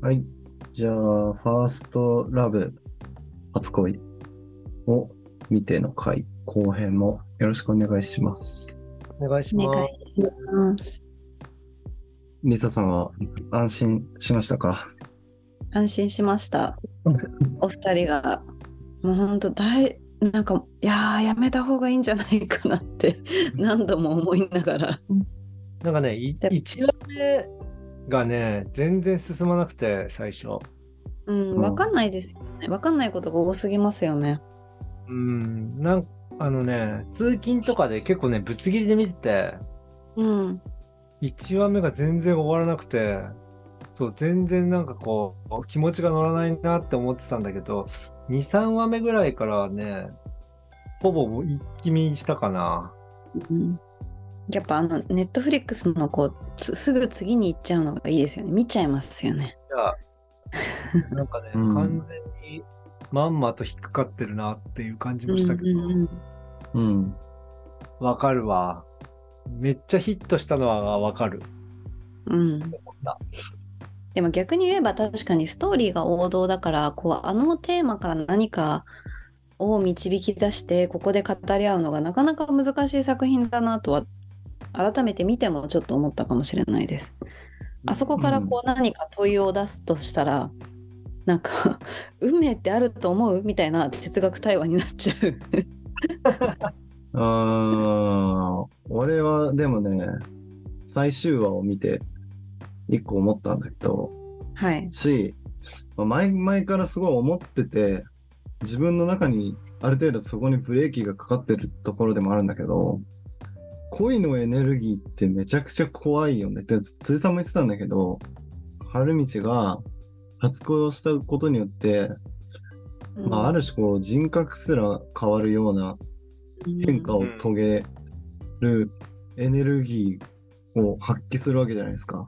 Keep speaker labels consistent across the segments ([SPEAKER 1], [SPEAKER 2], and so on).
[SPEAKER 1] はい。じゃあ、ファーストラブ、初恋を見ての回、後編もよろしくお願いします。
[SPEAKER 2] お願いし
[SPEAKER 3] お
[SPEAKER 2] ま
[SPEAKER 3] 願い
[SPEAKER 2] す。
[SPEAKER 3] します。
[SPEAKER 1] リサさんは安心しましたか
[SPEAKER 3] 安心しました。お二人が、もう本当大、なんか、いやー、やめた方がいいんじゃないかなって、何度も思いながら。
[SPEAKER 2] なんかね、い
[SPEAKER 3] で
[SPEAKER 2] 1話目がね、全然進まなくて、最初。
[SPEAKER 3] うん、わかんないですよね。わかんないことが多すぎますよね。
[SPEAKER 2] うん、なんあのね、通勤とかで結構ね、ぶつ切りで見てて、
[SPEAKER 3] うん。
[SPEAKER 2] 1話目が全然終わらなくて、そう、全然なんかこう、気持ちが乗らないなって思ってたんだけど、2、3話目ぐらいからね、ほぼ一気見したかな。
[SPEAKER 3] うんやっぱあのネットフリックスのこうつすぐ次に行っちゃうのがいいですよね見ちゃいますよね
[SPEAKER 2] じゃあ、 なんかね、
[SPEAKER 1] うん
[SPEAKER 2] 完全にまんまと引っかかってるなっていう感じもしたけど、
[SPEAKER 3] うん
[SPEAKER 1] うん。
[SPEAKER 2] わかるわ。めっちゃヒットしたのはわかる。
[SPEAKER 3] うんうんうんでも逆に言えば確かにストーリーが王道だからこうあのテーマから何かを導き出してここで語り合うのがなかなか難しい作品だなとは改めて見てもちょっと思ったかもしれないです。あそこからこう何か問いを出すとしたら、なんか 「運命ってあると思う?」みたいな哲学対話になっちゃう。
[SPEAKER 1] あー俺はでもね、最終話を見て、一個思ったんだけど、
[SPEAKER 3] はい。
[SPEAKER 1] し、まあ前々からすごい思ってて、自分の中にある程度そこにブレーキがかかってるところでもあるんだけど、恋のエネルギーってめちゃくちゃ怖いよねって、ついさんも言ってたんだけど、春道が初恋をしたことによって、まあ、ある種こう人格すら変わるような変化を遂げるエネルギーを発揮するわけじゃないですか。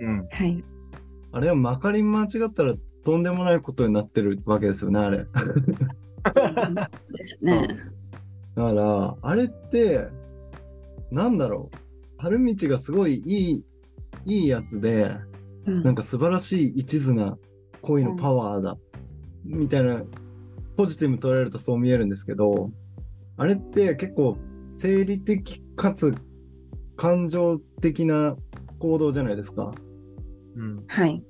[SPEAKER 2] うん。
[SPEAKER 3] はい。
[SPEAKER 1] あれはまかり間違ったらとんでもないことになってるわけですよね、あれ。だ か
[SPEAKER 3] そうですね。
[SPEAKER 1] ら、あれって、なんだろう。春道がすごいいい、いいやつで、
[SPEAKER 3] うん
[SPEAKER 1] なんか素晴らしい一途な恋のパワーだ、みたいな、ポジティブに捉えるとそう見えるんですけど、あれって結構生理的かつ感情的な行動じゃないですか。
[SPEAKER 2] うん。
[SPEAKER 3] はい。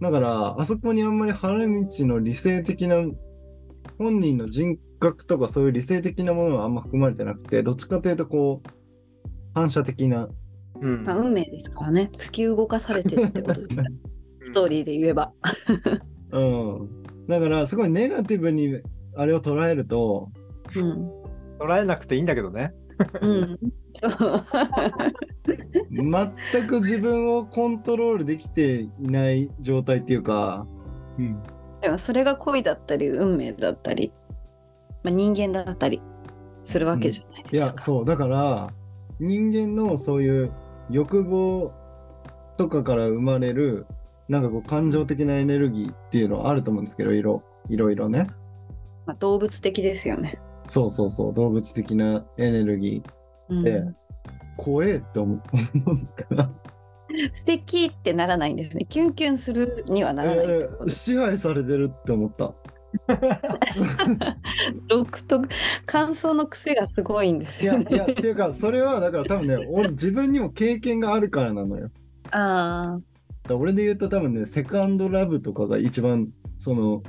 [SPEAKER 1] だから、あそこにあんまり原道の理性的な、本人の人格とかそういう理性的なものはあんま含まれてなくて、どっちかというとこう、反射的な。
[SPEAKER 2] うん
[SPEAKER 3] まあ、運命ですからね。突き動かされてるってことです ねストーリーで言えば。
[SPEAKER 1] うん。だから、すごいネガティブにあれを捉えると、
[SPEAKER 3] うん。
[SPEAKER 2] 捉えなくていいんだけどね。
[SPEAKER 3] うん。そう
[SPEAKER 1] 全く自分をコントロールできていない状態っていうか、
[SPEAKER 2] うん。
[SPEAKER 3] でもそれが恋だったり、運命だったり、まあ、人間だったりするわけじゃない
[SPEAKER 1] い
[SPEAKER 3] です
[SPEAKER 1] や、
[SPEAKER 3] か。
[SPEAKER 1] そう、だから、人間のそういう欲望とかから生まれる、なんかこう、感情的なエネルギーっていうのはあると思うんですけど、いろいろいろね。
[SPEAKER 3] まあ、動物的ですよね。
[SPEAKER 1] そうそうそう、動物的なエネルギー。
[SPEAKER 3] うん
[SPEAKER 1] え怖えって思う。
[SPEAKER 3] 素敵ってならないんですね。キュンキュンするにはならないってことです。
[SPEAKER 1] 支配されてるって思った。
[SPEAKER 3] 独特、感想の癖がすごいんで
[SPEAKER 1] い
[SPEAKER 3] す
[SPEAKER 1] や、
[SPEAKER 3] よ
[SPEAKER 1] い
[SPEAKER 3] ね。
[SPEAKER 1] や、っていうか、それはだから多分ね、俺、自分にも経験があるからなのよ。だ
[SPEAKER 3] ああ、
[SPEAKER 1] から俺で言うと多分ね、セカンドラブとかが一番、その、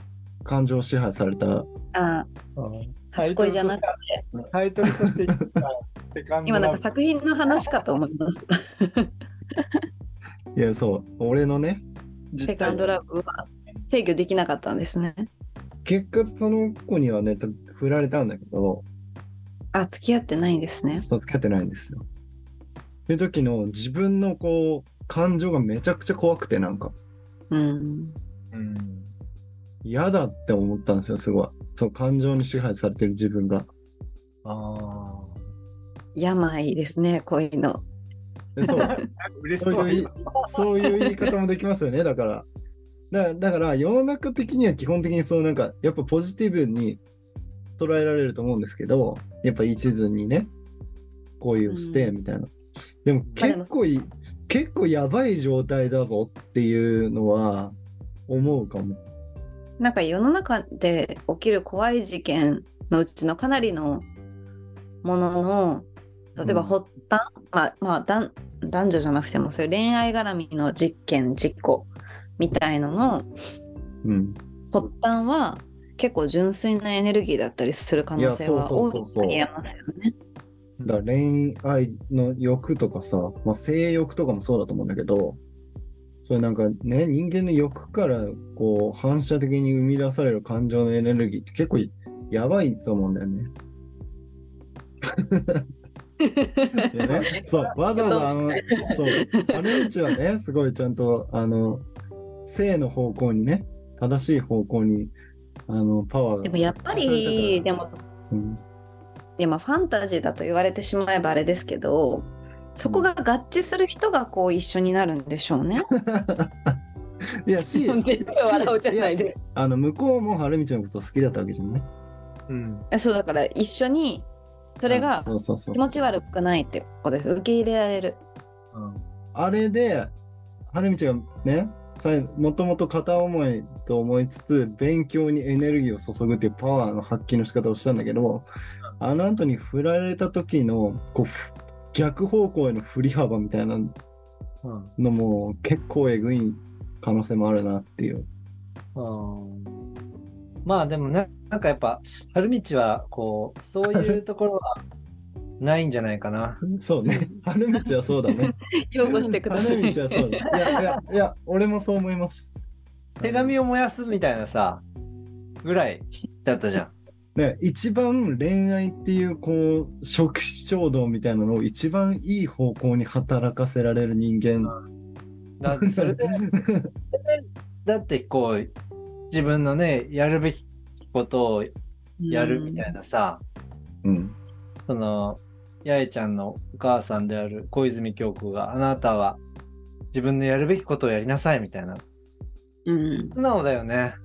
[SPEAKER 1] 感情支配された
[SPEAKER 3] ああ、初恋じゃなくて、
[SPEAKER 2] タイトルとして言ったらセカンド
[SPEAKER 3] 今
[SPEAKER 2] ラブ
[SPEAKER 3] なんか作品の話かと思いました。
[SPEAKER 1] いや、そう、俺のね、
[SPEAKER 3] セカンドラブは制御できなかったんですね。
[SPEAKER 1] 結果、その子にはね、た振られたんだけど、
[SPEAKER 3] あ、付き合ってないんですね。
[SPEAKER 1] 授けてないんですよ。っていう時の自分のこう、感情がめちゃくちゃ怖くて、なんか、
[SPEAKER 3] うん。
[SPEAKER 2] うん。
[SPEAKER 1] 嫌だって思ったんですよ、すごい。そう、感情に支配されてる自分が。
[SPEAKER 2] あ
[SPEAKER 3] 病ですね、恋の。
[SPEAKER 1] でそう、
[SPEAKER 2] あ。嬉
[SPEAKER 1] そういうい、そういう言い方もできますよね、だから。だだから、世の中的には基本的に、そう、なんか、やっぱポジティブに捉えられると思うんですけど、やっぱ一途にね、恋をして、
[SPEAKER 3] う
[SPEAKER 1] みたいな。でも、
[SPEAKER 3] まあでも
[SPEAKER 1] 結構い、結構やばい状態だぞっていうのは、思うかも。
[SPEAKER 3] なんか世の中で起きる怖い事件のうちのかなりのものの例えば
[SPEAKER 1] うん
[SPEAKER 3] 発端、まあ、まあ、男男女じゃなくてもそういう恋愛絡みの実験事故みたいのの
[SPEAKER 1] うん。
[SPEAKER 3] 発端は結構純粋なエネルギーだったりする可能性
[SPEAKER 1] いや
[SPEAKER 3] は
[SPEAKER 1] そう
[SPEAKER 3] 多
[SPEAKER 1] そう
[SPEAKER 3] い
[SPEAKER 1] そうそう
[SPEAKER 3] と言えますよね。
[SPEAKER 1] だから恋愛の欲とかさ、まあ、性欲とかもそうだと思うんだけど、それなんかね、人間の欲からこう反射的に生み出される感情のエネルギーって結構やばいと思うんだよ ね。でね、 そう、わざわざあの、そう、あの道はね、すごいちゃんと、あの、性の方向にね、正しい方向に、あの、パワーが。
[SPEAKER 3] でもやっぱりでも
[SPEAKER 1] うん、
[SPEAKER 3] いやまあファンタジーだと言われてしまえばあれですけどそこが合致する人がこう一緒になるんでしょうね。
[SPEAKER 1] いや、 し、
[SPEAKER 3] で。
[SPEAKER 1] あの向こうも春道のこと好きだったわけじゃない
[SPEAKER 2] うん。
[SPEAKER 3] えそうだから一緒にそれ
[SPEAKER 1] うん
[SPEAKER 3] が
[SPEAKER 1] そうそうそう
[SPEAKER 3] 気持ち悪くないってことです受け入れられる
[SPEAKER 1] あれで春道がねさもともと片思いと思いつつ勉強にエネルギーを注ぐっていうパワーの発揮の仕方をしたんだけどあの後に振られた時のこうふ逆方向への振り幅みたいな
[SPEAKER 2] うん。
[SPEAKER 1] のも結構えぐい可能性もあるなっていう。
[SPEAKER 2] うん。まあでもね、なんかやっぱ、春道は、こう、そういうところはないんじゃないかな。
[SPEAKER 1] そうね。春道はそうだ ね。
[SPEAKER 3] 擁護してくださ
[SPEAKER 1] 春
[SPEAKER 3] い
[SPEAKER 1] 道はそうだ。いやいやいや、俺もそう思います。
[SPEAKER 2] 手紙を燃やすみたいなさ、ぐらいだったじゃん。
[SPEAKER 1] ね、一番恋愛っていうこう初期衝動みたいなのを一番いい方向に働かせられる人間
[SPEAKER 2] だってそれでだってこう自分のねやるべきことをやるみたいなさ、
[SPEAKER 1] うん
[SPEAKER 2] その八重ちゃんのお母さんである小泉京子があなたは自分のやるべきことをやりなさいみたいな
[SPEAKER 3] うん、
[SPEAKER 2] 素直だよね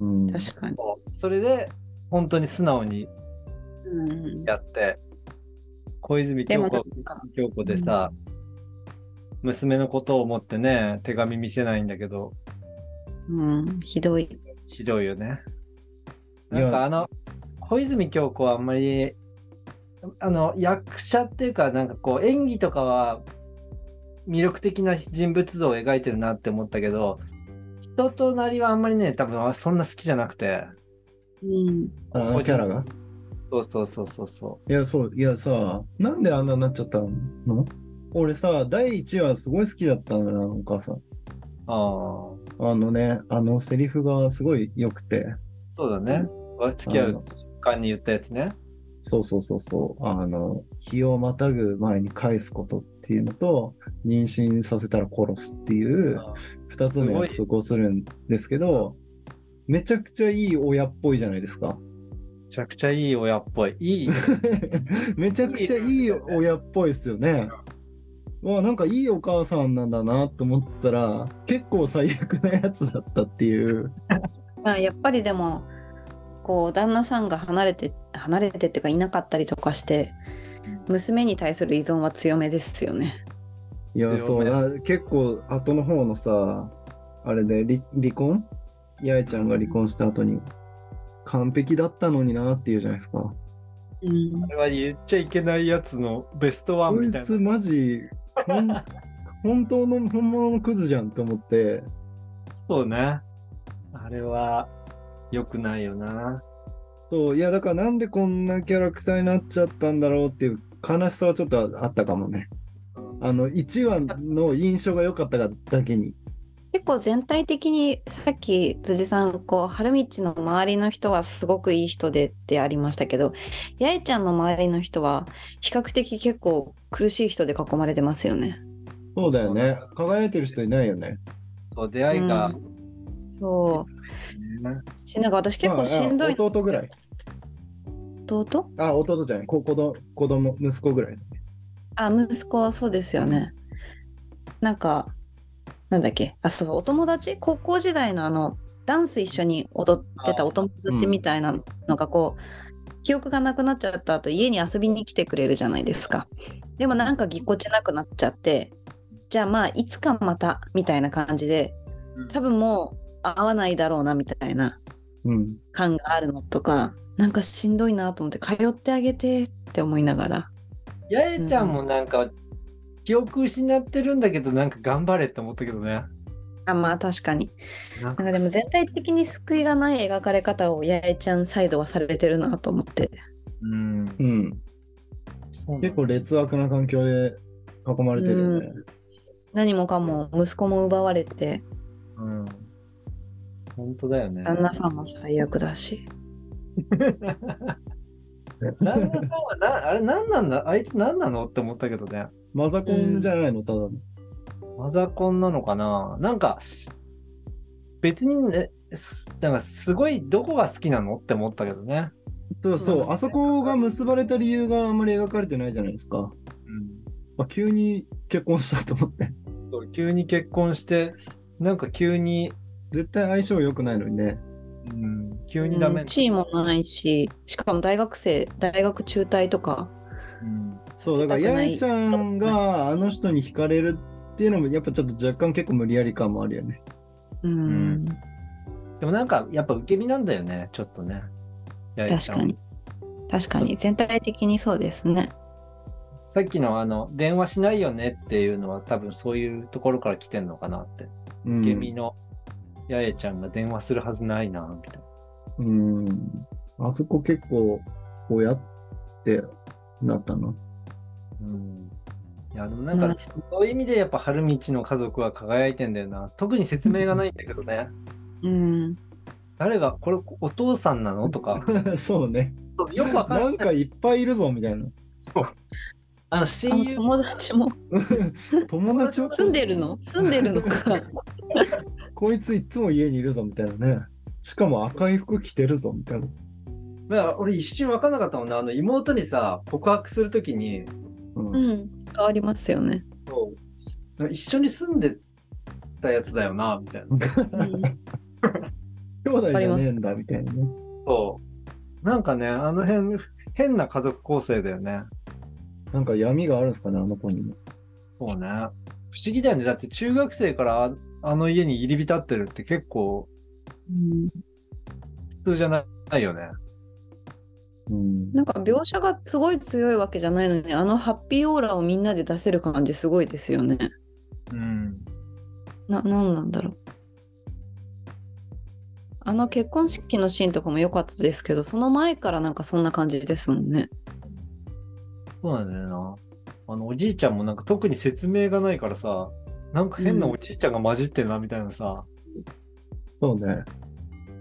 [SPEAKER 1] うん
[SPEAKER 3] 確かに、
[SPEAKER 2] それで本当に素直に
[SPEAKER 3] うん、
[SPEAKER 2] やって小泉
[SPEAKER 3] で
[SPEAKER 2] 京
[SPEAKER 3] も
[SPEAKER 2] 子
[SPEAKER 3] な
[SPEAKER 2] は
[SPEAKER 3] んか
[SPEAKER 2] 小泉京子でさ、娘のことを思ってね手紙見せないんだけど
[SPEAKER 3] うん、ひどい
[SPEAKER 2] ひどいよね。
[SPEAKER 1] い
[SPEAKER 2] なん
[SPEAKER 1] や
[SPEAKER 2] かあの小泉京子はあんまりあの役者っていうかなんかこう演技とかは魅力的な人物像を描いてるなって思ったけど人となりはあんまりね多分そんな好きじゃなくて
[SPEAKER 3] うん
[SPEAKER 1] あのキャラが
[SPEAKER 2] そうそうそうそうそ
[SPEAKER 1] いやそういやさなんであんなになっちゃったの俺さ第1話すごい好きだったんだなお母さん
[SPEAKER 2] うああ
[SPEAKER 1] あのねあのセリフがすごい良くて
[SPEAKER 2] そうだね付き合う瞬間に言ったやつね
[SPEAKER 1] そうそうそうそうあの日をまたぐ前に返すことっていうのと妊娠させたら殺すっていう
[SPEAKER 2] あ
[SPEAKER 1] 2つの約束をするんですけどめちゃくちゃいい親っぽいじゃないです か
[SPEAKER 2] めちゃくちゃいい親っぽいいい
[SPEAKER 1] めちゃくちゃいい親っぽいですよねわあなんかいいお母さんなんだなと思ったら結構最悪なやつだったっていう
[SPEAKER 3] まあ、やっぱりでもこう旦那さんが離れて離れてっていうかいなかったりとかして娘に対する依存は強めですよね。
[SPEAKER 1] いやそうな結構後の方のさあれで離離婚八重ちゃんが離婚した後に完璧だったのになっていうじゃないですか
[SPEAKER 3] うん
[SPEAKER 2] あれは言っちゃいけないやつのベストワン
[SPEAKER 1] こ
[SPEAKER 2] み
[SPEAKER 1] い
[SPEAKER 2] たいな
[SPEAKER 1] つマジほん本当の本物のクズじゃんと思って
[SPEAKER 2] そうね。あれは良くないよな。
[SPEAKER 1] そういやだからなんでこんなキャラクターになっちゃったんだろうっていう悲しさはちょっとあったかもねあの1話の印象が良かったがだけに
[SPEAKER 3] 結構全体的にさっき辻さんこう春道の周りの人はすごくいい人でってありましたけど八重ちゃんの周りの人は比較的結構苦しい人で囲まれてますよね。
[SPEAKER 1] そうだよね輝いてる人いないよね
[SPEAKER 2] そう、出会いが、
[SPEAKER 3] うんそうしなんか私結構しんどい
[SPEAKER 1] まあ弟ぐらい
[SPEAKER 3] 弟
[SPEAKER 1] あ弟じゃないこ子供子供息子ぐらい
[SPEAKER 3] あ息子そうですよねなんかなんだっけあそうお友達高校時代のあのダンス一緒に踊ってたお友達みたいなのがこう、記憶がなくなっちゃった後家に遊びに来てくれるじゃないですかでもなんかぎこちなくなっちゃってじゃあまあいつかまたみたいな感じで多分もう合わないだろうなみたいな
[SPEAKER 1] うん。
[SPEAKER 3] 感があるのとかなんかしんどいなと思って通ってあげてって思いながら
[SPEAKER 2] 八重ちゃんもなんか、記憶失ってるんだけど、なんか頑張れって思ったけどね。
[SPEAKER 3] あまあ確かに
[SPEAKER 2] なん
[SPEAKER 3] なんかでも全体的に救いがない描かれ方を八重ちゃんサイドはされてるなと思って
[SPEAKER 2] うん。
[SPEAKER 1] うん。
[SPEAKER 2] そうなんだ
[SPEAKER 1] 結構劣悪な環境で囲まれてるよね。
[SPEAKER 3] 何もかも息子も奪われて
[SPEAKER 2] うん。本当だよね。
[SPEAKER 3] 旦那さんも最悪だし
[SPEAKER 2] 旦那さんはな、あれ何なんだあいつ何なのって思ったけどね。
[SPEAKER 1] マザコンじゃないの、ただの。
[SPEAKER 2] マザコンなのかななんか、別に、ね、すなんかすごいどこが好きなのって思ったけどね。
[SPEAKER 1] そう
[SPEAKER 3] そう
[SPEAKER 1] そ
[SPEAKER 3] なん
[SPEAKER 1] う、
[SPEAKER 3] です
[SPEAKER 1] あそこが結ばれた理由があんまり描かれてないじゃないですか。あ急に結婚したと思って。
[SPEAKER 2] そう急に結婚して、なんか急に、
[SPEAKER 1] 絶対相性良くないのにね。
[SPEAKER 2] うん、急にダメ、
[SPEAKER 3] うん地位もないししかも大学生大学中退とか
[SPEAKER 2] うん
[SPEAKER 1] そう、だから、
[SPEAKER 3] した
[SPEAKER 1] や
[SPEAKER 3] くない
[SPEAKER 1] えちゃんがあの人に惹かれるっていうのも、やっぱちょっと若干結構無理やり感もあるよね。
[SPEAKER 3] うん
[SPEAKER 2] でもなんかやっぱ受け身なんだよね、ちょっとね。八重
[SPEAKER 3] 確
[SPEAKER 2] ちゃん
[SPEAKER 3] かに。確かに全体的にそうですね
[SPEAKER 2] さっきのあの、電話しないよねっていうのは多分そういうところから来てんのかなって。
[SPEAKER 1] う
[SPEAKER 2] 受け身
[SPEAKER 1] ん。
[SPEAKER 2] の八重ちゃんが電話するはずないな、みたいな。
[SPEAKER 1] うん、あそこ結構、こうやってな ったの。
[SPEAKER 2] うんいやでもなんかそういう意味でやっぱ春道の家族は輝いてんだよな特に説明がないんだけどね
[SPEAKER 3] うん
[SPEAKER 2] 誰がこれお父さんなのとか
[SPEAKER 1] そうね。
[SPEAKER 2] そうよくわかん
[SPEAKER 1] な
[SPEAKER 2] ない
[SPEAKER 1] んかいっぱいいるぞみたいな。
[SPEAKER 2] そうあの
[SPEAKER 3] あの
[SPEAKER 2] 親友
[SPEAKER 3] 友達も
[SPEAKER 1] 友達を
[SPEAKER 3] 住んでるの住んでるのか
[SPEAKER 1] こいついつも家にいるぞみたいなね。しかも赤い服着てるぞみたいな。
[SPEAKER 2] だから俺一瞬わかんなかったもんなあの妹にさ告白するときに
[SPEAKER 1] うん
[SPEAKER 3] うん変わりますよね、
[SPEAKER 2] 一緒に住んでたやつだよなみたいな
[SPEAKER 3] うん
[SPEAKER 1] 兄弟じゃねえんだみたいなね。
[SPEAKER 2] そうなんかねあの辺変な家族構成だよね
[SPEAKER 1] なんか闇があるんですかね、あの子にも。
[SPEAKER 2] そうね不思議だよねだって中学生からああの家に入り浸ってるって結構
[SPEAKER 3] うん
[SPEAKER 2] 普通じゃないよね。
[SPEAKER 1] うん。
[SPEAKER 3] なんか描写がすごい強いわけじゃないのにあのハッピーオーラをみんなで出せる感じすごいですよね。
[SPEAKER 2] うん。
[SPEAKER 3] な何なんだろう。あの結婚式のシーンとかも良かったですけどその前からなんかそんな感じですもんね。
[SPEAKER 2] そうなんだよな。あの、おじいちゃんもなんか特に説明がないからさ、なんか変なおじいちゃんが混じってるなみたいなさ。
[SPEAKER 1] そうね。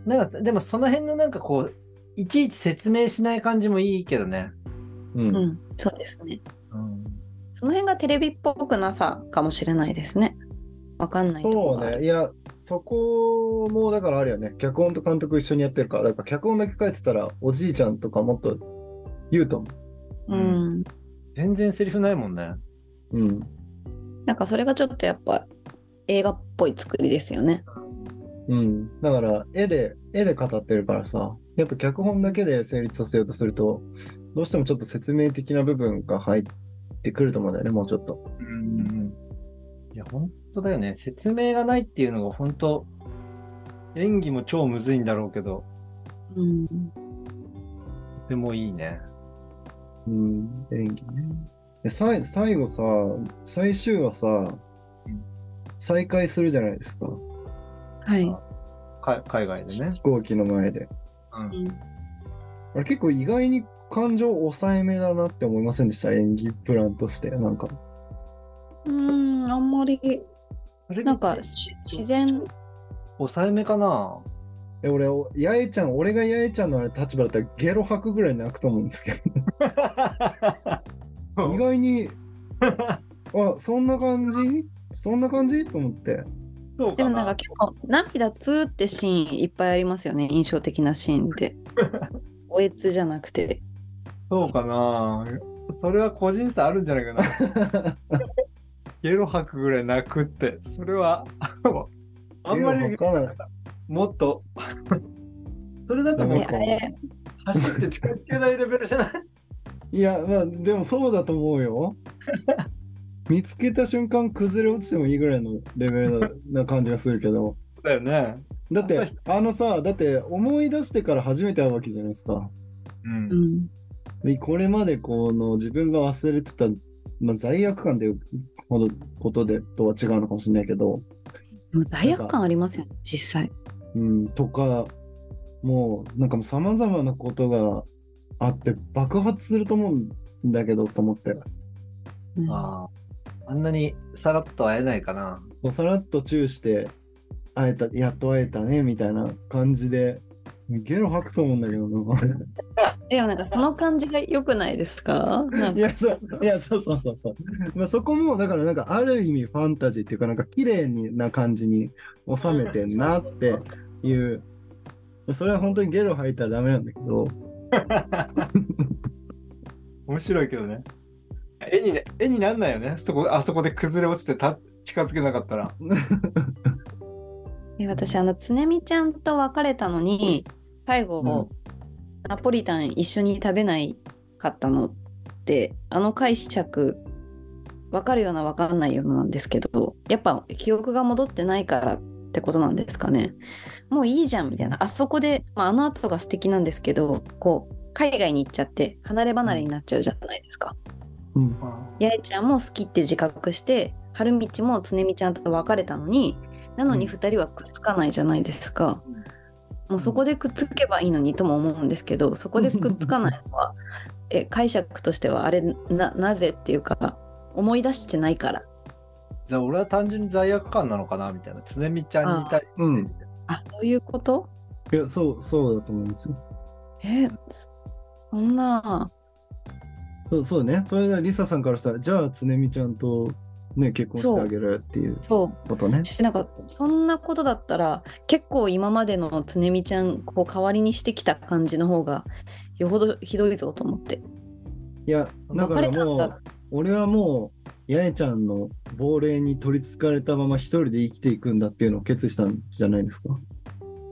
[SPEAKER 2] なんか、でもその辺のなんかこう、いちいち説明しない感じもいいけどね。
[SPEAKER 1] う。
[SPEAKER 3] うんん、そうですね。
[SPEAKER 2] うん。
[SPEAKER 3] その辺がテレビっぽくなさかもしれないですね。わかんないと
[SPEAKER 1] そ
[SPEAKER 3] こ
[SPEAKER 1] う
[SPEAKER 3] がある
[SPEAKER 1] ね。いや、そこもだからあるよね。脚本と監督一緒にやってるから。だから脚本だけ書いてたら、おじいちゃんとかもっと言うと思
[SPEAKER 3] うん。
[SPEAKER 2] 全然セリフないもんね。
[SPEAKER 1] う。うん。
[SPEAKER 3] なんかそれがちょっとやっぱ映画っぽい作りですよね。
[SPEAKER 1] うん。だから、絵で、絵で語ってるからさ、やっぱ脚本だけで成立させようとすると、どうしてもちょっと説明的な部分が入ってくると思うんだよね、もうちょっと。
[SPEAKER 2] うん。いや、本当だよね。説明がないっていうのが本当、演技も超むずいんだろうけど、
[SPEAKER 3] うん。
[SPEAKER 2] とてもいいね。
[SPEAKER 1] うん、演技ね。でさい最後さ、最終はさ
[SPEAKER 2] うん、
[SPEAKER 1] 再会するじゃないですか。
[SPEAKER 3] はい。
[SPEAKER 2] か海外でね。
[SPEAKER 1] 飛行機の前で。
[SPEAKER 2] うん。
[SPEAKER 1] あれ結構意外に感情抑えめだなって思いませんでした演技プランとして。なんか。
[SPEAKER 3] うん、あんまりなんか
[SPEAKER 2] それに
[SPEAKER 3] し自然
[SPEAKER 2] 抑えめかな
[SPEAKER 1] え、俺、お八重ちゃん、俺が八重ちゃんのあれ立場だったらゲロ吐くぐらい泣くと思うんですけど。意外に、あ、そんな感じそんな感じと思って。
[SPEAKER 2] そう
[SPEAKER 3] で
[SPEAKER 2] か
[SPEAKER 3] もなん
[SPEAKER 2] な
[SPEAKER 3] か結構涙つーってシーンいっぱいありますよね印象的なシーン でおえつじゃなくて
[SPEAKER 2] そうかなそれは個人差あるんじゃないかな ゲロ吐くぐらい泣くってそれはあんまり
[SPEAKER 1] 分からない。
[SPEAKER 2] もっとそれだともう
[SPEAKER 1] ね
[SPEAKER 3] あれ
[SPEAKER 2] 走って近づけないレベルじゃない
[SPEAKER 1] いや、まあ、でもそうだと思うよ。見つけた瞬間崩れ落ちてもいいぐらいのレベルなな感じがするけど、
[SPEAKER 2] だよね
[SPEAKER 1] だって、あのさ、だって思い出してから初めて会うわけじゃないですか。
[SPEAKER 2] うん
[SPEAKER 3] うん
[SPEAKER 1] で、これまでこの自分が忘れてた、まあ、罪悪感でいうほどことでとは違うのかもしれないけど、
[SPEAKER 3] でも罪悪感ありません実際
[SPEAKER 1] うん、とか、もうなんかもう様々なことがあって爆発すると思うんだけどと思って、
[SPEAKER 3] うん
[SPEAKER 2] あああんなにさらっと会えないかな。
[SPEAKER 1] もうさらっとチューして、会えた、やっと会えたね、みたいな感じで、ゲロ吐くと思うんだけどな。
[SPEAKER 3] でもなんかその感じが良くないですか なん
[SPEAKER 1] い
[SPEAKER 3] か
[SPEAKER 1] や、そう、いや、そうそうそうそう。まあ、そこも、だから、なんか、ある意味ファンタジーっていうか、なんか、綺麗にな感じに収めてんなっていう。それは本当にゲロ吐いたらダメなんだけど、
[SPEAKER 2] 面白いけどね。絵にね、絵になんないよね。そこ、あそこで崩れ落ちてた近づけなかったら。
[SPEAKER 3] で私あのつねみちゃんと別れたのに最後、
[SPEAKER 1] うん
[SPEAKER 3] ナポリタン一緒に食べないかったのってあの解釈分かるような分かんないようななんですけどやっぱ記憶が戻ってないからってことなんですかねもういいじゃんみたいなあそこで、まあ、あの後が素敵なんですけどこう海外に行っちゃって離れ離れになっちゃうじゃないですか。
[SPEAKER 1] うん、
[SPEAKER 3] 八重ちゃんも好きって自覚して春道もつねみちゃんと別れたのになのに
[SPEAKER 1] うん
[SPEAKER 3] 2人はくっつかないじゃないですか、
[SPEAKER 2] うん
[SPEAKER 3] もうそこでくっつけばいいのにとも思うんですけどそこでくっつかないのはえ解釈としてはあれななぜっていうか思い出してないから
[SPEAKER 2] じゃあ俺は単純に罪悪感なのかなみたいな。つねみちゃんに対して。
[SPEAKER 1] うん
[SPEAKER 3] あそういうこと
[SPEAKER 1] いや、そう、そうだと思うんですよ。
[SPEAKER 3] えそそんな
[SPEAKER 1] そう、そうね。それで、リサさんからしたら、じゃあ、つねみちゃんと、ね、結婚してあげるっていう
[SPEAKER 3] そう
[SPEAKER 1] ことね。
[SPEAKER 3] しなんかそんなことだったら結構今までのつねみちゃんこう代わりにしてきた感じの方がよほどひどいぞと思って
[SPEAKER 1] いや、だから
[SPEAKER 3] 別れたん
[SPEAKER 1] も
[SPEAKER 3] だ
[SPEAKER 1] う、俺はもう、八重ちゃんの亡霊に取りつかれたまま一人で生きていくんだっていうのを決意したんじゃないですか。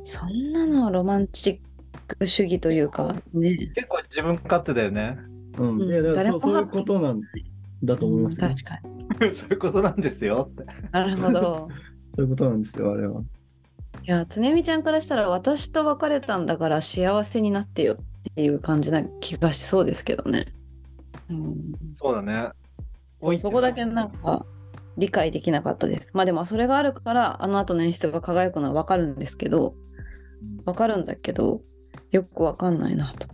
[SPEAKER 3] そんなのはロマンチック主義というかね。
[SPEAKER 2] 結構自分勝手だよね。
[SPEAKER 1] うん。
[SPEAKER 3] う
[SPEAKER 1] い
[SPEAKER 3] ん
[SPEAKER 1] や、だからそうそうい
[SPEAKER 3] 誰
[SPEAKER 1] う
[SPEAKER 3] も
[SPEAKER 1] ことなんだと思いますよ。
[SPEAKER 3] 確かに。
[SPEAKER 2] そういうことなんですよって。
[SPEAKER 3] なる ほ
[SPEAKER 1] そ
[SPEAKER 3] ど。
[SPEAKER 1] ういうことなんですよ、あれは。
[SPEAKER 3] いや、つねみちゃんからしたら私と別れたんだから幸せになってよっていう感じな気がしそうですけどね。うん、
[SPEAKER 2] そうだね。
[SPEAKER 3] そこだけなんか理解できなかったです。まあでもそれがあるからあの後の演出が輝くのはわかるんですけど、わかるんだけど、よくわかんないなと。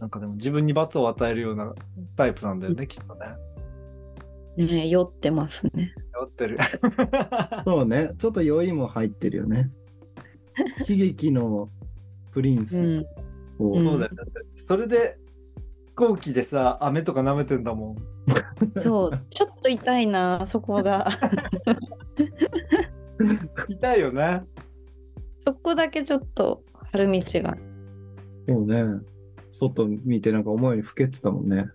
[SPEAKER 2] なんかでも自分に罰を与えるようなタイプなんだよね、きっとね。
[SPEAKER 3] ねえ酔ってますね。
[SPEAKER 2] 酔ってる。
[SPEAKER 1] そうね。ちょっと酔いも入ってるよ ね。悲劇のプリン
[SPEAKER 3] う
[SPEAKER 1] ス
[SPEAKER 3] ん。
[SPEAKER 1] を、
[SPEAKER 3] うん
[SPEAKER 2] そうだよ。だってそれで飛行機でさ、飴とか舐めてんだもん。
[SPEAKER 3] そう、ちょっと痛いな、そこが。
[SPEAKER 2] 痛いよね。
[SPEAKER 3] そこだけちょっと春道が。
[SPEAKER 1] でもね、外見てなんか思いにふけってたもんね。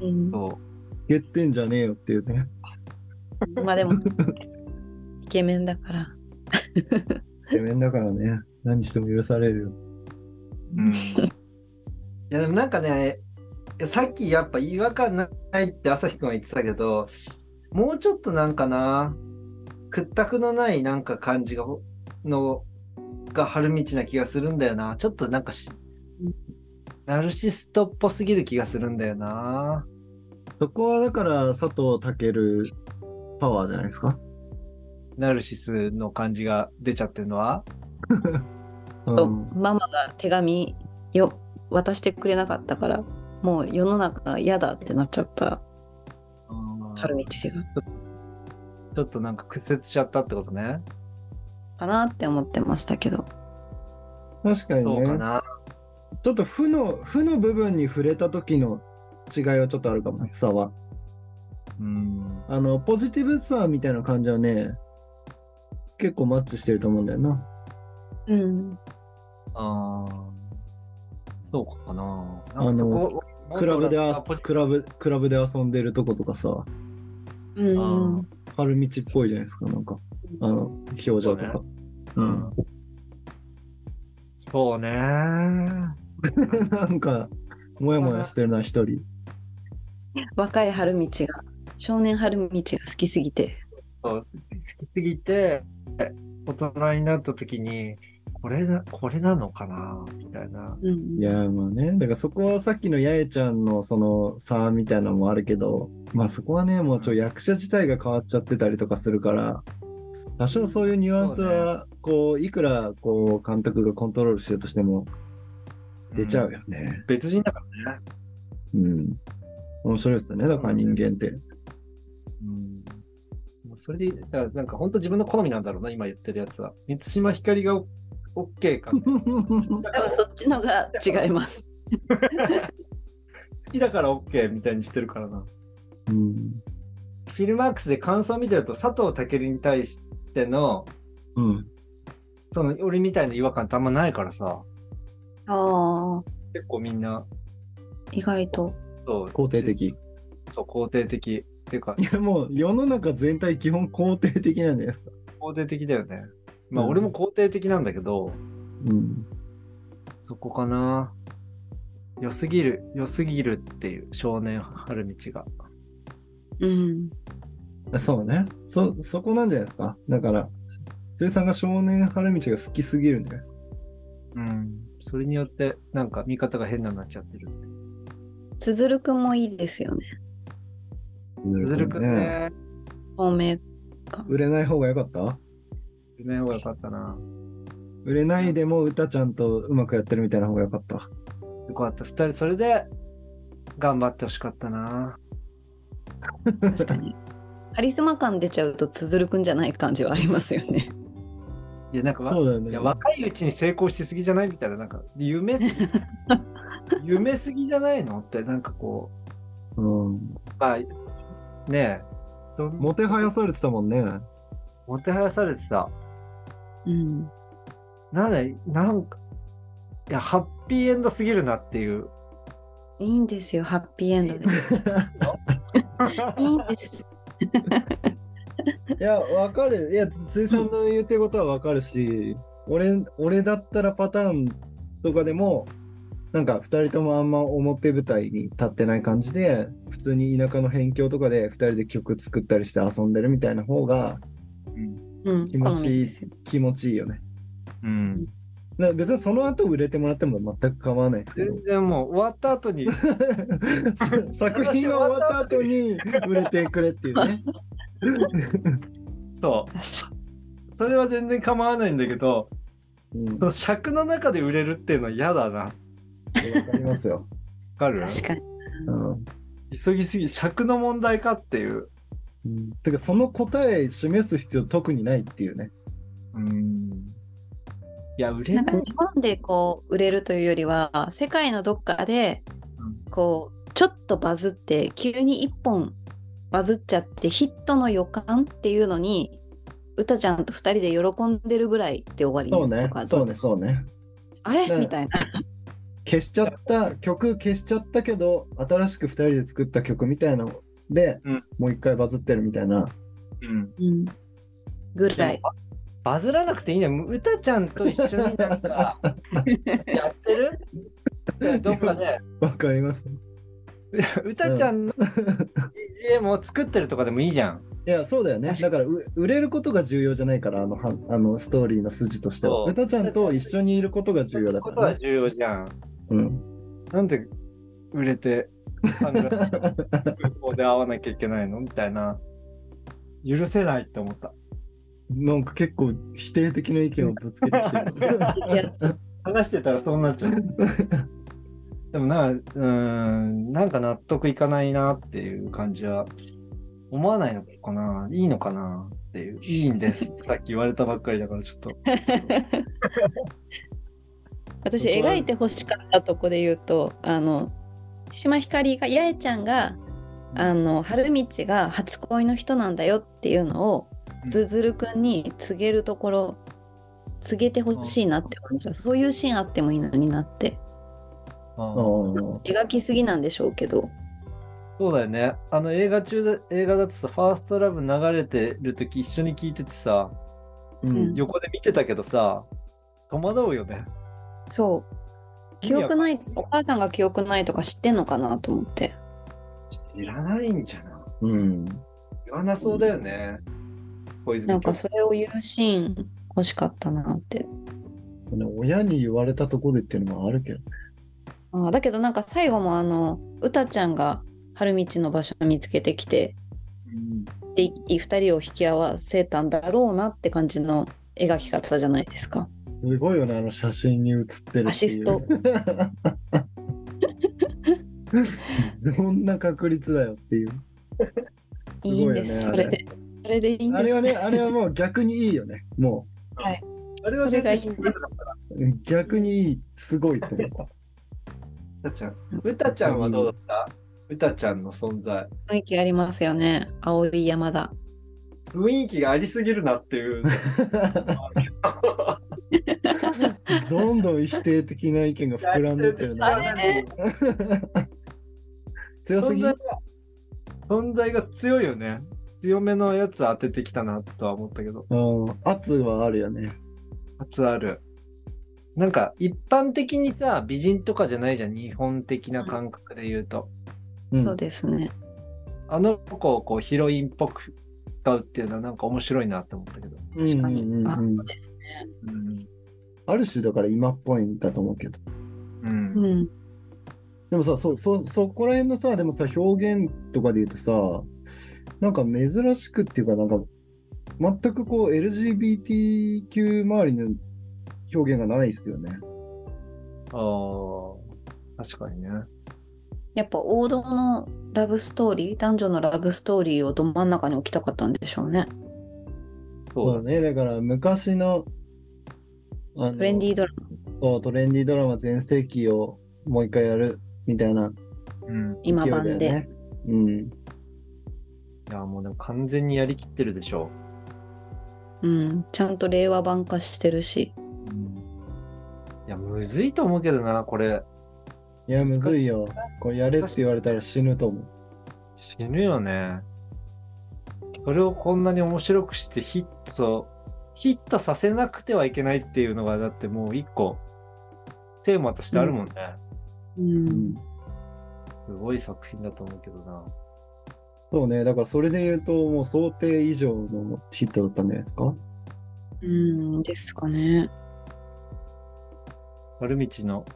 [SPEAKER 3] うん
[SPEAKER 2] そ
[SPEAKER 1] ふけってんじゃねえよっていう ね。
[SPEAKER 3] まあ でもイケメンだから。
[SPEAKER 1] イケメンだからね。何しても許されるよ。
[SPEAKER 2] う。うん、いやでもなんかね、いやさっきやっぱ違和感ないって朝日くんは言ってたけど、もうちょっとなんかな、屈託のないなんか感じが、の、が春道な気がするんだよな。ちょっとなんかし、ナルシストっぽすぎる気がするんだよな。
[SPEAKER 1] そこはだから佐藤健パワーじゃないですか。
[SPEAKER 2] ナルシスの感じが出ちゃってるのは。
[SPEAKER 1] う
[SPEAKER 3] と
[SPEAKER 1] ん、
[SPEAKER 3] ママが手紙よ渡してくれなかったからもう世の中嫌だってなっちゃった春道が。
[SPEAKER 2] ちょっとなんか屈折しちゃったってことね。
[SPEAKER 3] かなって思ってましたけど。
[SPEAKER 1] 確か
[SPEAKER 2] そ
[SPEAKER 1] に
[SPEAKER 2] うか
[SPEAKER 1] ね。
[SPEAKER 2] な。
[SPEAKER 1] ちょっと負の、負の部分に触れた時の違いはちょっとあるかもね、差は。
[SPEAKER 2] うん。
[SPEAKER 1] あの、ポジティブさみたいな感じはね、結構マッチしてると思うんだよな。
[SPEAKER 3] うん。
[SPEAKER 2] ああ。そうかな。
[SPEAKER 1] あの
[SPEAKER 2] なんかそこ
[SPEAKER 1] クラブであ、
[SPEAKER 2] ポジ
[SPEAKER 1] クラブ、クラブで遊んでるとことかさ、
[SPEAKER 3] うん。
[SPEAKER 1] 春道っぽいじゃないですか、なんか。あの、表情とか。う
[SPEAKER 2] うんそうね。
[SPEAKER 1] ん。 なんか、もやもやしてるな、一人。
[SPEAKER 3] 若い春道が少年春道が好きすぎて。
[SPEAKER 2] そう、好きすぎて、大人になった時に、これな、これなのかなみたいな。
[SPEAKER 3] うん
[SPEAKER 1] いやーまあねだからそこはさっきの八重ちゃんのその差みたいなのもあるけどまあそこはねもうちょ役者自体が変わっちゃってたりとかするから多少そういうニュアンスはこういくらこう監督がコントロールしようとしても出ちゃうよね
[SPEAKER 2] ん。別人だからね。
[SPEAKER 1] うん面白いですよねだから人間って
[SPEAKER 2] うん。もうそれで、だからなんか本当自分の好みなんだろうな、今言ってるやつは。満島ひかりがオオッケーか。好
[SPEAKER 3] 多分そっちのが違います。
[SPEAKER 2] きだからオッケーみたいにしてるからな。
[SPEAKER 1] うん
[SPEAKER 2] フィルマークスで感想見てると、佐藤健に対しての、
[SPEAKER 1] うん
[SPEAKER 2] その俺みたいな違和感ってあんまないからさ、
[SPEAKER 3] ああ、
[SPEAKER 2] 結構みんな、
[SPEAKER 3] 意外と。
[SPEAKER 2] そう、
[SPEAKER 1] 肯定的
[SPEAKER 2] そう肯定的。っていうか、
[SPEAKER 1] いやもう世の中全体基本肯定的なんじゃないですか
[SPEAKER 2] 肯定的だよね。まあ、
[SPEAKER 1] うん
[SPEAKER 2] 俺も肯定的なんだけど、
[SPEAKER 1] うん
[SPEAKER 2] そこかな。良すぎる、良すぎるっていう少年春道が。
[SPEAKER 3] うん。
[SPEAKER 1] そうね。そ、そこなんじゃないですか。だから、つさんが少年春道が好きすぎるんじゃないですか。
[SPEAKER 2] うん。それによって、なんか見方が変なになっちゃってるって。
[SPEAKER 3] つづるくんもいいですよね。
[SPEAKER 1] ぬ
[SPEAKER 2] ずるくんね、
[SPEAKER 3] 透明感。
[SPEAKER 1] 売れない方が良かった
[SPEAKER 2] 夢の方が良かったな。
[SPEAKER 1] 売れないでも歌ちゃんとうまくやってるみたいな方が良かった。
[SPEAKER 2] よかった。二人、それで、頑張ってほしかったな。
[SPEAKER 3] 確かに。 カリスマ感出ちゃうとつづるくんじゃない感じはありますよね。
[SPEAKER 2] いや、なんかわ
[SPEAKER 1] そうだよ
[SPEAKER 2] い
[SPEAKER 1] ね
[SPEAKER 2] や。若いうちに成功しすぎじゃないみたいな、なんか、夢す、 夢すぎじゃないのって、なんかこ
[SPEAKER 1] うん。
[SPEAKER 2] う、まあ、ねえ、そん
[SPEAKER 1] もてはやされてたもんね。
[SPEAKER 2] もてはやされてさ、
[SPEAKER 3] うん。
[SPEAKER 2] なんだい、なんか、いや、ハッピーエンドすぎるなって いう。
[SPEAKER 3] いいんですよ、ハッピーエンドです。いいんです。
[SPEAKER 1] いや、わかる。いや、ついさんの言ってることはわかるし、俺、俺だったらパターンとかでも、なんか2人ともあんま表舞台に立ってない感じで普通に田舎の辺境とかで2人で曲作ったりして遊んでるみたいな方が
[SPEAKER 3] うん、
[SPEAKER 1] 気持ちいい
[SPEAKER 3] 好みですよ
[SPEAKER 1] 気持ちいいよね。
[SPEAKER 2] うん。
[SPEAKER 1] だから別にその後売れてもらっても全く構わないですけ ど
[SPEAKER 2] 全然もう、終わった後 に、
[SPEAKER 1] さ作品が終わった後に売れてくれっていうね。
[SPEAKER 2] そ
[SPEAKER 3] 確か
[SPEAKER 2] う。それは全然構わないんだけど、
[SPEAKER 1] うん、わ
[SPEAKER 2] その尺の中で売れるっていうのは嫌だな。わ
[SPEAKER 1] かりますよ。
[SPEAKER 2] かる
[SPEAKER 3] に確かに。
[SPEAKER 1] うん
[SPEAKER 2] 急ぎすぎ、尺の問題かっていう。
[SPEAKER 1] うん、てかその答え示す必要特にないっていうね。
[SPEAKER 2] うん。いや、売れ
[SPEAKER 3] なんか日本でこう売れるというよりは世界のどっかで
[SPEAKER 2] う
[SPEAKER 3] こうちょっとバズって急に1本バズっちゃってヒットの予感っていうのにうたちゃんと2人で喜んでるぐらいで終わ
[SPEAKER 1] そう
[SPEAKER 3] りと
[SPEAKER 1] ね
[SPEAKER 3] か、
[SPEAKER 1] そうね、そうね。
[SPEAKER 3] あれ
[SPEAKER 1] ね
[SPEAKER 3] みたいな。
[SPEAKER 1] 消しちゃった、曲消しちゃったけど、新しく2人で作った曲みたいなので、
[SPEAKER 2] うん
[SPEAKER 1] もう一回バズってるみたいな。
[SPEAKER 2] うん。
[SPEAKER 3] うんぐらい。
[SPEAKER 2] バズらなくていいね。うたちゃんと一緒になん か、やってるどっかで、
[SPEAKER 1] わかります。
[SPEAKER 2] うたちゃんの BGM を作ってるとかでもいいじゃん。
[SPEAKER 1] いや、そうだよね。
[SPEAKER 3] 確
[SPEAKER 1] だからう、売れることが重要じゃないから、あの、はあのストーリーの筋としては。
[SPEAKER 2] そう
[SPEAKER 1] 歌ちゃんと一緒にいることが重要だ
[SPEAKER 2] こ
[SPEAKER 1] か
[SPEAKER 2] と
[SPEAKER 1] ら
[SPEAKER 2] は
[SPEAKER 1] ね。
[SPEAKER 2] 重要じゃん。
[SPEAKER 1] うん。
[SPEAKER 2] なんで売れて、サングラスと空港で会わなきゃいけないのみたいな。許せないって思った。
[SPEAKER 1] なんか結構否定的な意見をぶつけてき てる。
[SPEAKER 3] いや
[SPEAKER 2] 話してたらそうなっちゃう。 でもな、うーん、なんか納得いかないなっていう感じは、思わないのかないいのかなっていう、いいんですってさっき言われたばっかりだから、ちょっと。
[SPEAKER 3] 私
[SPEAKER 1] そこは
[SPEAKER 3] 描いてほしかったとこで言うとあの島ひかりが八重ちゃんがあの春道が初恋の人なんだよっていうのを
[SPEAKER 2] うん
[SPEAKER 3] つづるくんに告げるところ告げてほしいなって思いましたそういうシーンあってもいいのになって
[SPEAKER 1] あ
[SPEAKER 2] ああ
[SPEAKER 1] ー
[SPEAKER 3] 描きすぎなんでしょうけど
[SPEAKER 2] そうだよね。あの映画中で、映画だとさ、ファーストラブ流れてるとき一緒に聞いててさ、
[SPEAKER 1] うん
[SPEAKER 2] 横で見てたけどさ、戸惑うよね。
[SPEAKER 3] そう記憶ないお母さんが記憶ないとか知ってんのかなと思って
[SPEAKER 2] いらないんじゃない
[SPEAKER 1] うん。
[SPEAKER 2] 言わなそうだよね。小泉
[SPEAKER 3] なんかそれを言うシーン欲しかったなって。
[SPEAKER 1] ね親に言われたとこでっていうのもあるけどね。
[SPEAKER 3] あーだけどなんか最後もあのうたちゃんが春道の場所見つけてきてでいい二人を引き合わせたんだろうなって感じの描き方じゃないですか。
[SPEAKER 1] すごいよね、あの写真に写ってるっていう。
[SPEAKER 3] アシスト。
[SPEAKER 1] どんな確率だよっていう。す
[SPEAKER 3] いいん
[SPEAKER 1] ごいよ
[SPEAKER 3] で
[SPEAKER 1] ね、
[SPEAKER 3] す。
[SPEAKER 1] あ
[SPEAKER 3] それ
[SPEAKER 1] れ
[SPEAKER 3] で。それでいいんです。
[SPEAKER 1] あれはね、あれはもう逆にいいよね、もう。
[SPEAKER 3] はい
[SPEAKER 1] あれは
[SPEAKER 3] それがいい
[SPEAKER 1] 逆にうん逆にいい、すごいと思った。
[SPEAKER 2] うたちゃん。うたちゃんはどうだったうたちゃんの存在。
[SPEAKER 3] 雰囲気ありますよね。青い山田。
[SPEAKER 2] 雰囲気がありすぎるなって いう。
[SPEAKER 1] どんどん否定的な意見が膨らんでってるね。
[SPEAKER 3] あれ
[SPEAKER 1] 強すぎ
[SPEAKER 2] 存在が存在が強いよね。強めのやつ当ててきたなとは思ったけど。
[SPEAKER 1] うん、圧はあるよね。
[SPEAKER 2] 初ある。なんか一般的にさ、美人とかじゃないじゃん。日本的な感覚で言うと。
[SPEAKER 1] うん
[SPEAKER 3] そうですね。
[SPEAKER 2] あの子をこうヒロインっぽく使うっていうのはなんか面白いなって思ったけど。
[SPEAKER 3] 確かに。
[SPEAKER 1] うんうんうん
[SPEAKER 3] あ、そうですね。
[SPEAKER 2] うん。
[SPEAKER 1] ある種だから今っぽいんだと思うけど。
[SPEAKER 2] うん
[SPEAKER 3] うん。
[SPEAKER 1] でもさ、そうそうそこら辺のさ、でもさ、表現とかで言うとさ、なんか珍しくっていうか、なんか、全くこう、LGBTQ 周りの表現がないですよね。
[SPEAKER 2] ああ、確かにね。
[SPEAKER 3] やっぱ王道のラブストーリー、男女のラブストーリーをど真ん中に置きたかったんでしょうね。
[SPEAKER 2] そう
[SPEAKER 1] そ
[SPEAKER 2] だ
[SPEAKER 1] う
[SPEAKER 2] ね。
[SPEAKER 1] ね、だから昔の、あの
[SPEAKER 3] トレンディードラマ、
[SPEAKER 1] そうトレンディードラマ全盛期をもう一回やるみたいな
[SPEAKER 2] うん。い
[SPEAKER 3] 今
[SPEAKER 1] 勢いだよ
[SPEAKER 3] 版で。
[SPEAKER 1] ね。うん。
[SPEAKER 2] や、もうでも完全にやりきってるでしょ。
[SPEAKER 3] うん。ちゃんと令和版化してるし。
[SPEAKER 2] うん、いや、むずいと思うけどな、これ。
[SPEAKER 1] いや、むずいよ。これやれって言われたら死ぬと思う。
[SPEAKER 2] 死ぬよね。それをこんなに面白くしてヒット、ヒットさせなくてはいけないっていうのが、だってもう一個、テーマとしてあるもんね。
[SPEAKER 3] うん。
[SPEAKER 2] すごい作品だと思うけどな。
[SPEAKER 1] そうね、だからそれで言うと、もう想定以上のヒットだったんじゃないですか。
[SPEAKER 3] うん、ですかね。
[SPEAKER 2] 悪道の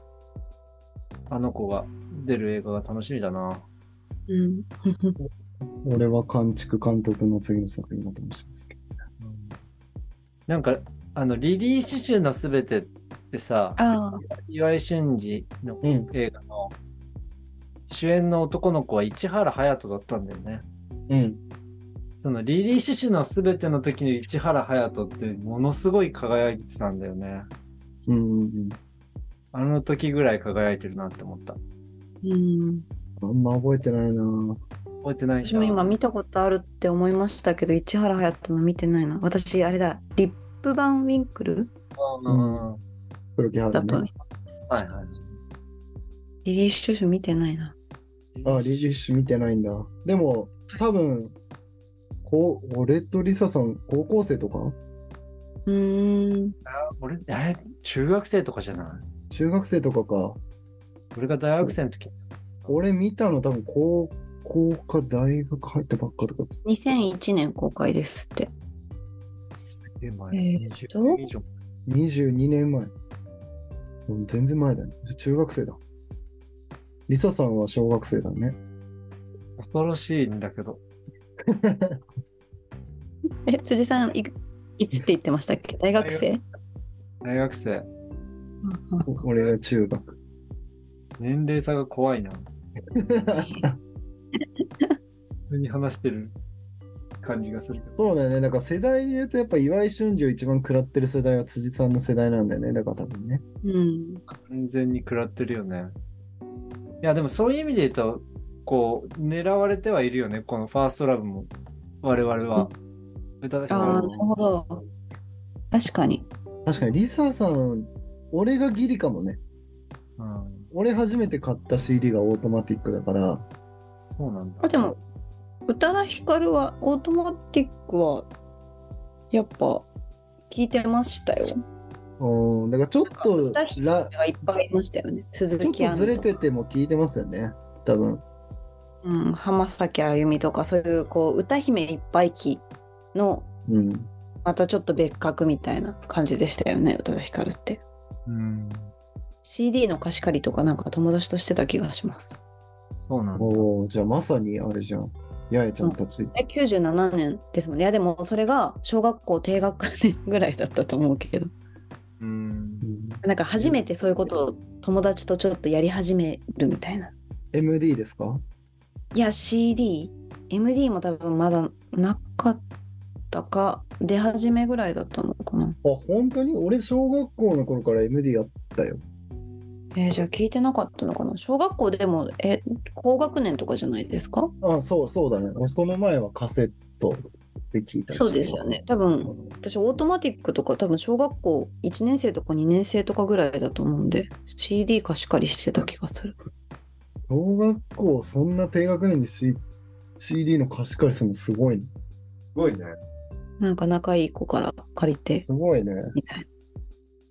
[SPEAKER 2] あの子が出る映画が楽しみだな。
[SPEAKER 3] うん。
[SPEAKER 1] 俺は監築監督の次の作品だと思いますけ
[SPEAKER 2] なんかあのリリー・シュのすべてってさ
[SPEAKER 3] ああ、
[SPEAKER 2] 岩井俊二の
[SPEAKER 1] ど。うん。
[SPEAKER 2] 映画の主演の男の子は市原隼人だったんだよね。
[SPEAKER 1] うん。
[SPEAKER 2] そのリリー・シュのすべての時に市原隼人ってものすごい輝いてたんだよね。
[SPEAKER 1] うんうん。
[SPEAKER 2] あの時ぐらい輝いてるなって思った。
[SPEAKER 3] うん。
[SPEAKER 1] あんま覚えてないなぁ
[SPEAKER 2] 覚えてない
[SPEAKER 3] 私
[SPEAKER 2] じゃ
[SPEAKER 3] も
[SPEAKER 2] ん。
[SPEAKER 3] 今見たことあるって思いましたけど、市原隼人の見てないな。私、あれだ、リップバンウィンクル
[SPEAKER 2] うんは
[SPEAKER 1] 黒木
[SPEAKER 3] だ
[SPEAKER 1] 春
[SPEAKER 3] と、
[SPEAKER 1] ね。
[SPEAKER 2] いはい。
[SPEAKER 3] リリー・シュシュ見てないな。
[SPEAKER 1] あ、リリッシュ見てないんだ。でも、多分、こう、俺とリサさん、高校生とか
[SPEAKER 3] うーん。
[SPEAKER 2] 俺、え、中学生とかじゃない
[SPEAKER 1] 中学生とかか。
[SPEAKER 2] 俺が大学生の時。
[SPEAKER 1] 俺見たの多分、高校か大学入ったばっかとか。
[SPEAKER 3] 2001年公開ですって。
[SPEAKER 2] すげえ前。
[SPEAKER 3] えーっと
[SPEAKER 2] 20年以上
[SPEAKER 1] 22年前。うん全然前だね。中学生だ。リサさんは小学生だ ね。
[SPEAKER 2] 恐ろしいんだけど。
[SPEAKER 3] え、辻さん、いいつって言ってましたっけ大学生
[SPEAKER 2] 大学生。
[SPEAKER 1] 俺が中学。
[SPEAKER 2] 年齢差が怖いな。普通に話してる感じがするけど。
[SPEAKER 1] そうだよね。だから世代で言うと、やっぱ岩井俊二を一番食らってる世代は辻さんの世代なんだよね。だから多分ね。
[SPEAKER 3] うん。
[SPEAKER 2] 完全に食らってるよね。いや、でもそういう意味で言うと、こう、狙われてはいるよね。このファーストラブも、我々は。歌だけ
[SPEAKER 3] ああ、なるほど。確かに。
[SPEAKER 1] 確かにリサさん、俺がギリかもね。
[SPEAKER 2] うん。
[SPEAKER 1] 俺初めて買った CD がオートマティックだから、
[SPEAKER 2] そうなんだ。
[SPEAKER 3] あでも、宇多田ヒカルは、オートマティックは、やっぱ、聞いてましたよ。
[SPEAKER 1] うん、だからちょっと
[SPEAKER 3] なんか
[SPEAKER 1] ら、
[SPEAKER 3] いっぱいいましたよね。鈴
[SPEAKER 1] ちょっ
[SPEAKER 3] 木亜
[SPEAKER 1] と
[SPEAKER 3] 美
[SPEAKER 1] ずれてても聞いてますよね。多分。
[SPEAKER 3] うん、浜崎あゆみとかそういうこう歌姫いっぱい期の
[SPEAKER 1] うん。
[SPEAKER 3] またちょっと別格みたいな感じでしたよね宇多田ヒカルって
[SPEAKER 2] うん
[SPEAKER 3] CD の貸し借りとかなんか友達としてた気がします
[SPEAKER 2] そうなんだ
[SPEAKER 1] おお、じゃあまさにあれじゃん。八重ちゃんたち。
[SPEAKER 3] え97年ですもんねいやでもそれが小学校低学年ぐらいだったと思うけど
[SPEAKER 2] うん
[SPEAKER 1] うん
[SPEAKER 3] なんか初めてそういうことを友達とちょっとやり始めるみたいな
[SPEAKER 1] MD ですか
[SPEAKER 3] いや CD MD も多分まだなかったか出始めぐらいだったのかな
[SPEAKER 1] あ、本当に俺、小学校の頃から MD やったよ。
[SPEAKER 3] えーじゃあ聞いてなかったのかな小学校でもえ高学年とかじゃないですか
[SPEAKER 1] あ、そう、そうだね。俺その前はカセットで聞いたり
[SPEAKER 3] そうですよね多分私オートマティックとか多分小学校1年生とか2年生とかぐらいだと思うんで CD 貸し借りしてた気がする
[SPEAKER 1] 小学校、そんな低学年に、C、CD の貸し借りするのすごいね。
[SPEAKER 2] すごいね
[SPEAKER 3] なんか仲いい子から借りて
[SPEAKER 1] すごいね。
[SPEAKER 3] みたいな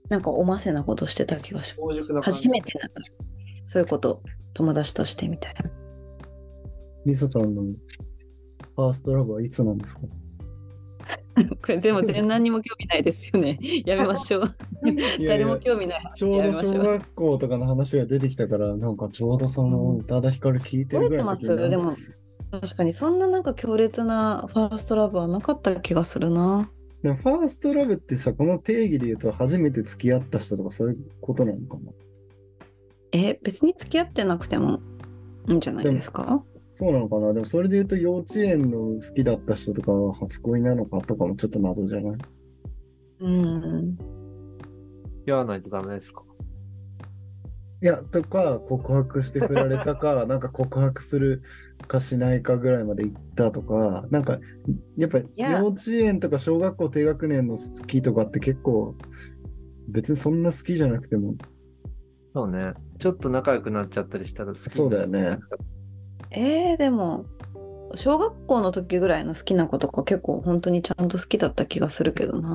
[SPEAKER 3] なんかおませなことしてた気がします
[SPEAKER 2] 高熟な感じ
[SPEAKER 3] 初めてなんかそういうこと友達としてみたいな
[SPEAKER 1] ミサさんのファーストラブはいつなんですか
[SPEAKER 3] これでも全何にも興味ないですよね。やめまし ょう。
[SPEAKER 1] いやい
[SPEAKER 3] 誰も
[SPEAKER 1] や
[SPEAKER 3] 興味ない。
[SPEAKER 1] ちょうど小学校とかの話が出てきたから、なんかちょうどその宇多田ヒカル聞いてる
[SPEAKER 3] 覚
[SPEAKER 1] ぐ
[SPEAKER 3] え
[SPEAKER 1] ら
[SPEAKER 3] て
[SPEAKER 1] いの
[SPEAKER 3] ます
[SPEAKER 1] 時に
[SPEAKER 3] でも確かにそんななんか強烈なファーストラブはなかった気がするな。
[SPEAKER 1] でもファーストラブってさ、この定義で言うと初めて付き合った人とかそういうことなのかな
[SPEAKER 3] え別に付き合ってなくてもいいんじゃないですか
[SPEAKER 1] そうなのかなでもそれで言うと幼稚園の好きだった人とかは初恋なのかとかもちょっと謎じゃない
[SPEAKER 3] うん。
[SPEAKER 2] やらないとダメですか
[SPEAKER 1] いや、とか告白して振られた か、なんか告白するかしないかぐらいまで行ったとか、なんかやっぱ
[SPEAKER 3] や
[SPEAKER 1] 幼稚園とか小学校低学年の好きとかって結構別にそんな好きじゃなくても、
[SPEAKER 2] そうねちょっと仲良くなっちゃったりしたら好き
[SPEAKER 1] そうだよね。
[SPEAKER 3] えー、でも小学校の時ぐらいの好きな子とか結構本当にちゃんと好きだった気がするけど な。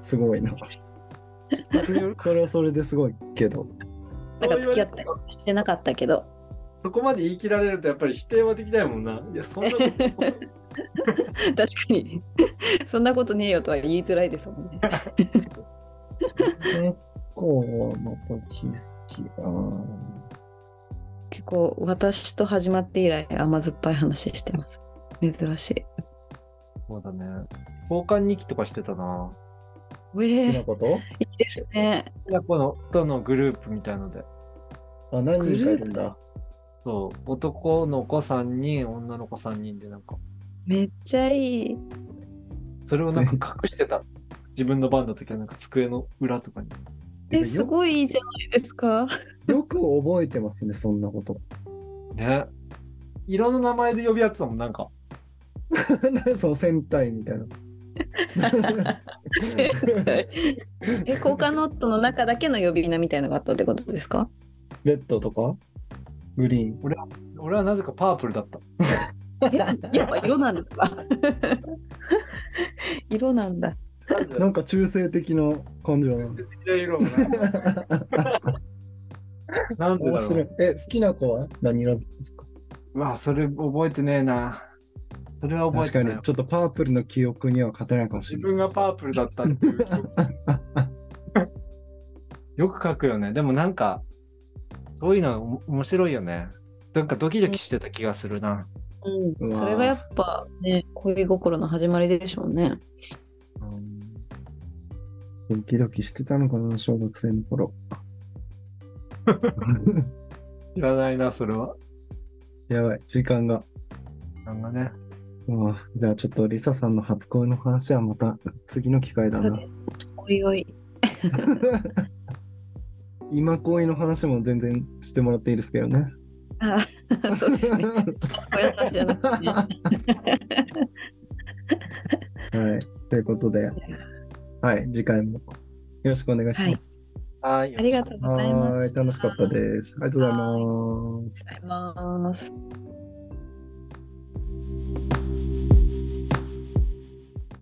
[SPEAKER 1] すご いな。それはそれですごいけど。
[SPEAKER 3] なんか付き合ったりしてなかったけど。
[SPEAKER 2] そこまで言い切られるとやっぱり否定はできないもんな。 いや、そんなこと
[SPEAKER 3] 確かにそんなことねえよとは言いづらいですも んね。
[SPEAKER 1] 結構の時好きだな。
[SPEAKER 3] 結構私と始まって以来甘酸っぱい話してます珍しい
[SPEAKER 2] そうだね。交換日記とかしてたな。
[SPEAKER 3] ええ
[SPEAKER 1] 好きなこと
[SPEAKER 3] いいですね
[SPEAKER 2] いや、この、とのグループみたいので。
[SPEAKER 1] あ、何人かいるんだ。
[SPEAKER 2] そう、男の子3人、女の子3人で、なんか、
[SPEAKER 3] めっちゃいい
[SPEAKER 2] それをなんか隠してた。自分の番の時は、なんか机の裏とかに。
[SPEAKER 3] え
[SPEAKER 1] よ
[SPEAKER 3] すごいいいじゃないです か
[SPEAKER 1] よく覚えてますね、そんなこと。
[SPEAKER 2] ね。いろんな名前で呼び合ってたもん、なんか。
[SPEAKER 1] 何 その戦隊みたいな。
[SPEAKER 3] 絶対え交換ノートの中だけの呼び名みたいなのがあったってことですか
[SPEAKER 1] レッドとかグリーン。
[SPEAKER 2] 俺はなぜかパープルだった。
[SPEAKER 3] えやっぱ 色なんだ色なんだ
[SPEAKER 1] な
[SPEAKER 2] なん
[SPEAKER 1] んか中性的な感じだな。
[SPEAKER 2] 素敵な色もな。なん で
[SPEAKER 1] 面
[SPEAKER 2] だろ
[SPEAKER 1] 白
[SPEAKER 2] う。
[SPEAKER 1] い。え、好きな子は何色ですか
[SPEAKER 2] うわ、それ覚えてねえな。それは覚え
[SPEAKER 1] 確
[SPEAKER 2] て
[SPEAKER 1] か
[SPEAKER 2] ない
[SPEAKER 1] に、。ちょっとパープルの記憶には勝てないかもし
[SPEAKER 2] 自
[SPEAKER 1] れない。
[SPEAKER 2] 分がパープルだったっていう記憶よく書くよねでもなんかそういうのはおも面白いよねなんかドキドキしてた気がするな、
[SPEAKER 3] う
[SPEAKER 1] うんわー
[SPEAKER 3] それがやっぱね恋心の始まりでしょうね
[SPEAKER 1] ドキドキしてたのかな、小学生の頃。
[SPEAKER 2] 知らないなそれは
[SPEAKER 1] やばい、時間が。
[SPEAKER 2] なんかね
[SPEAKER 1] うわじゃあちょっとリサさんの初恋の話はまた次の機会だな。
[SPEAKER 3] おいおい
[SPEAKER 1] 今恋の話も全然してもらっていいですけどね。
[SPEAKER 3] あそうで すねこれ私じゃなくてね
[SPEAKER 1] はい。ということで、はい、次回もよろしくお願いします。
[SPEAKER 2] はい
[SPEAKER 3] ありがとうござい
[SPEAKER 1] は
[SPEAKER 3] ま
[SPEAKER 1] ー
[SPEAKER 3] す。
[SPEAKER 1] い、楽しかったです。ありがとうございます。
[SPEAKER 3] ありがとうございます。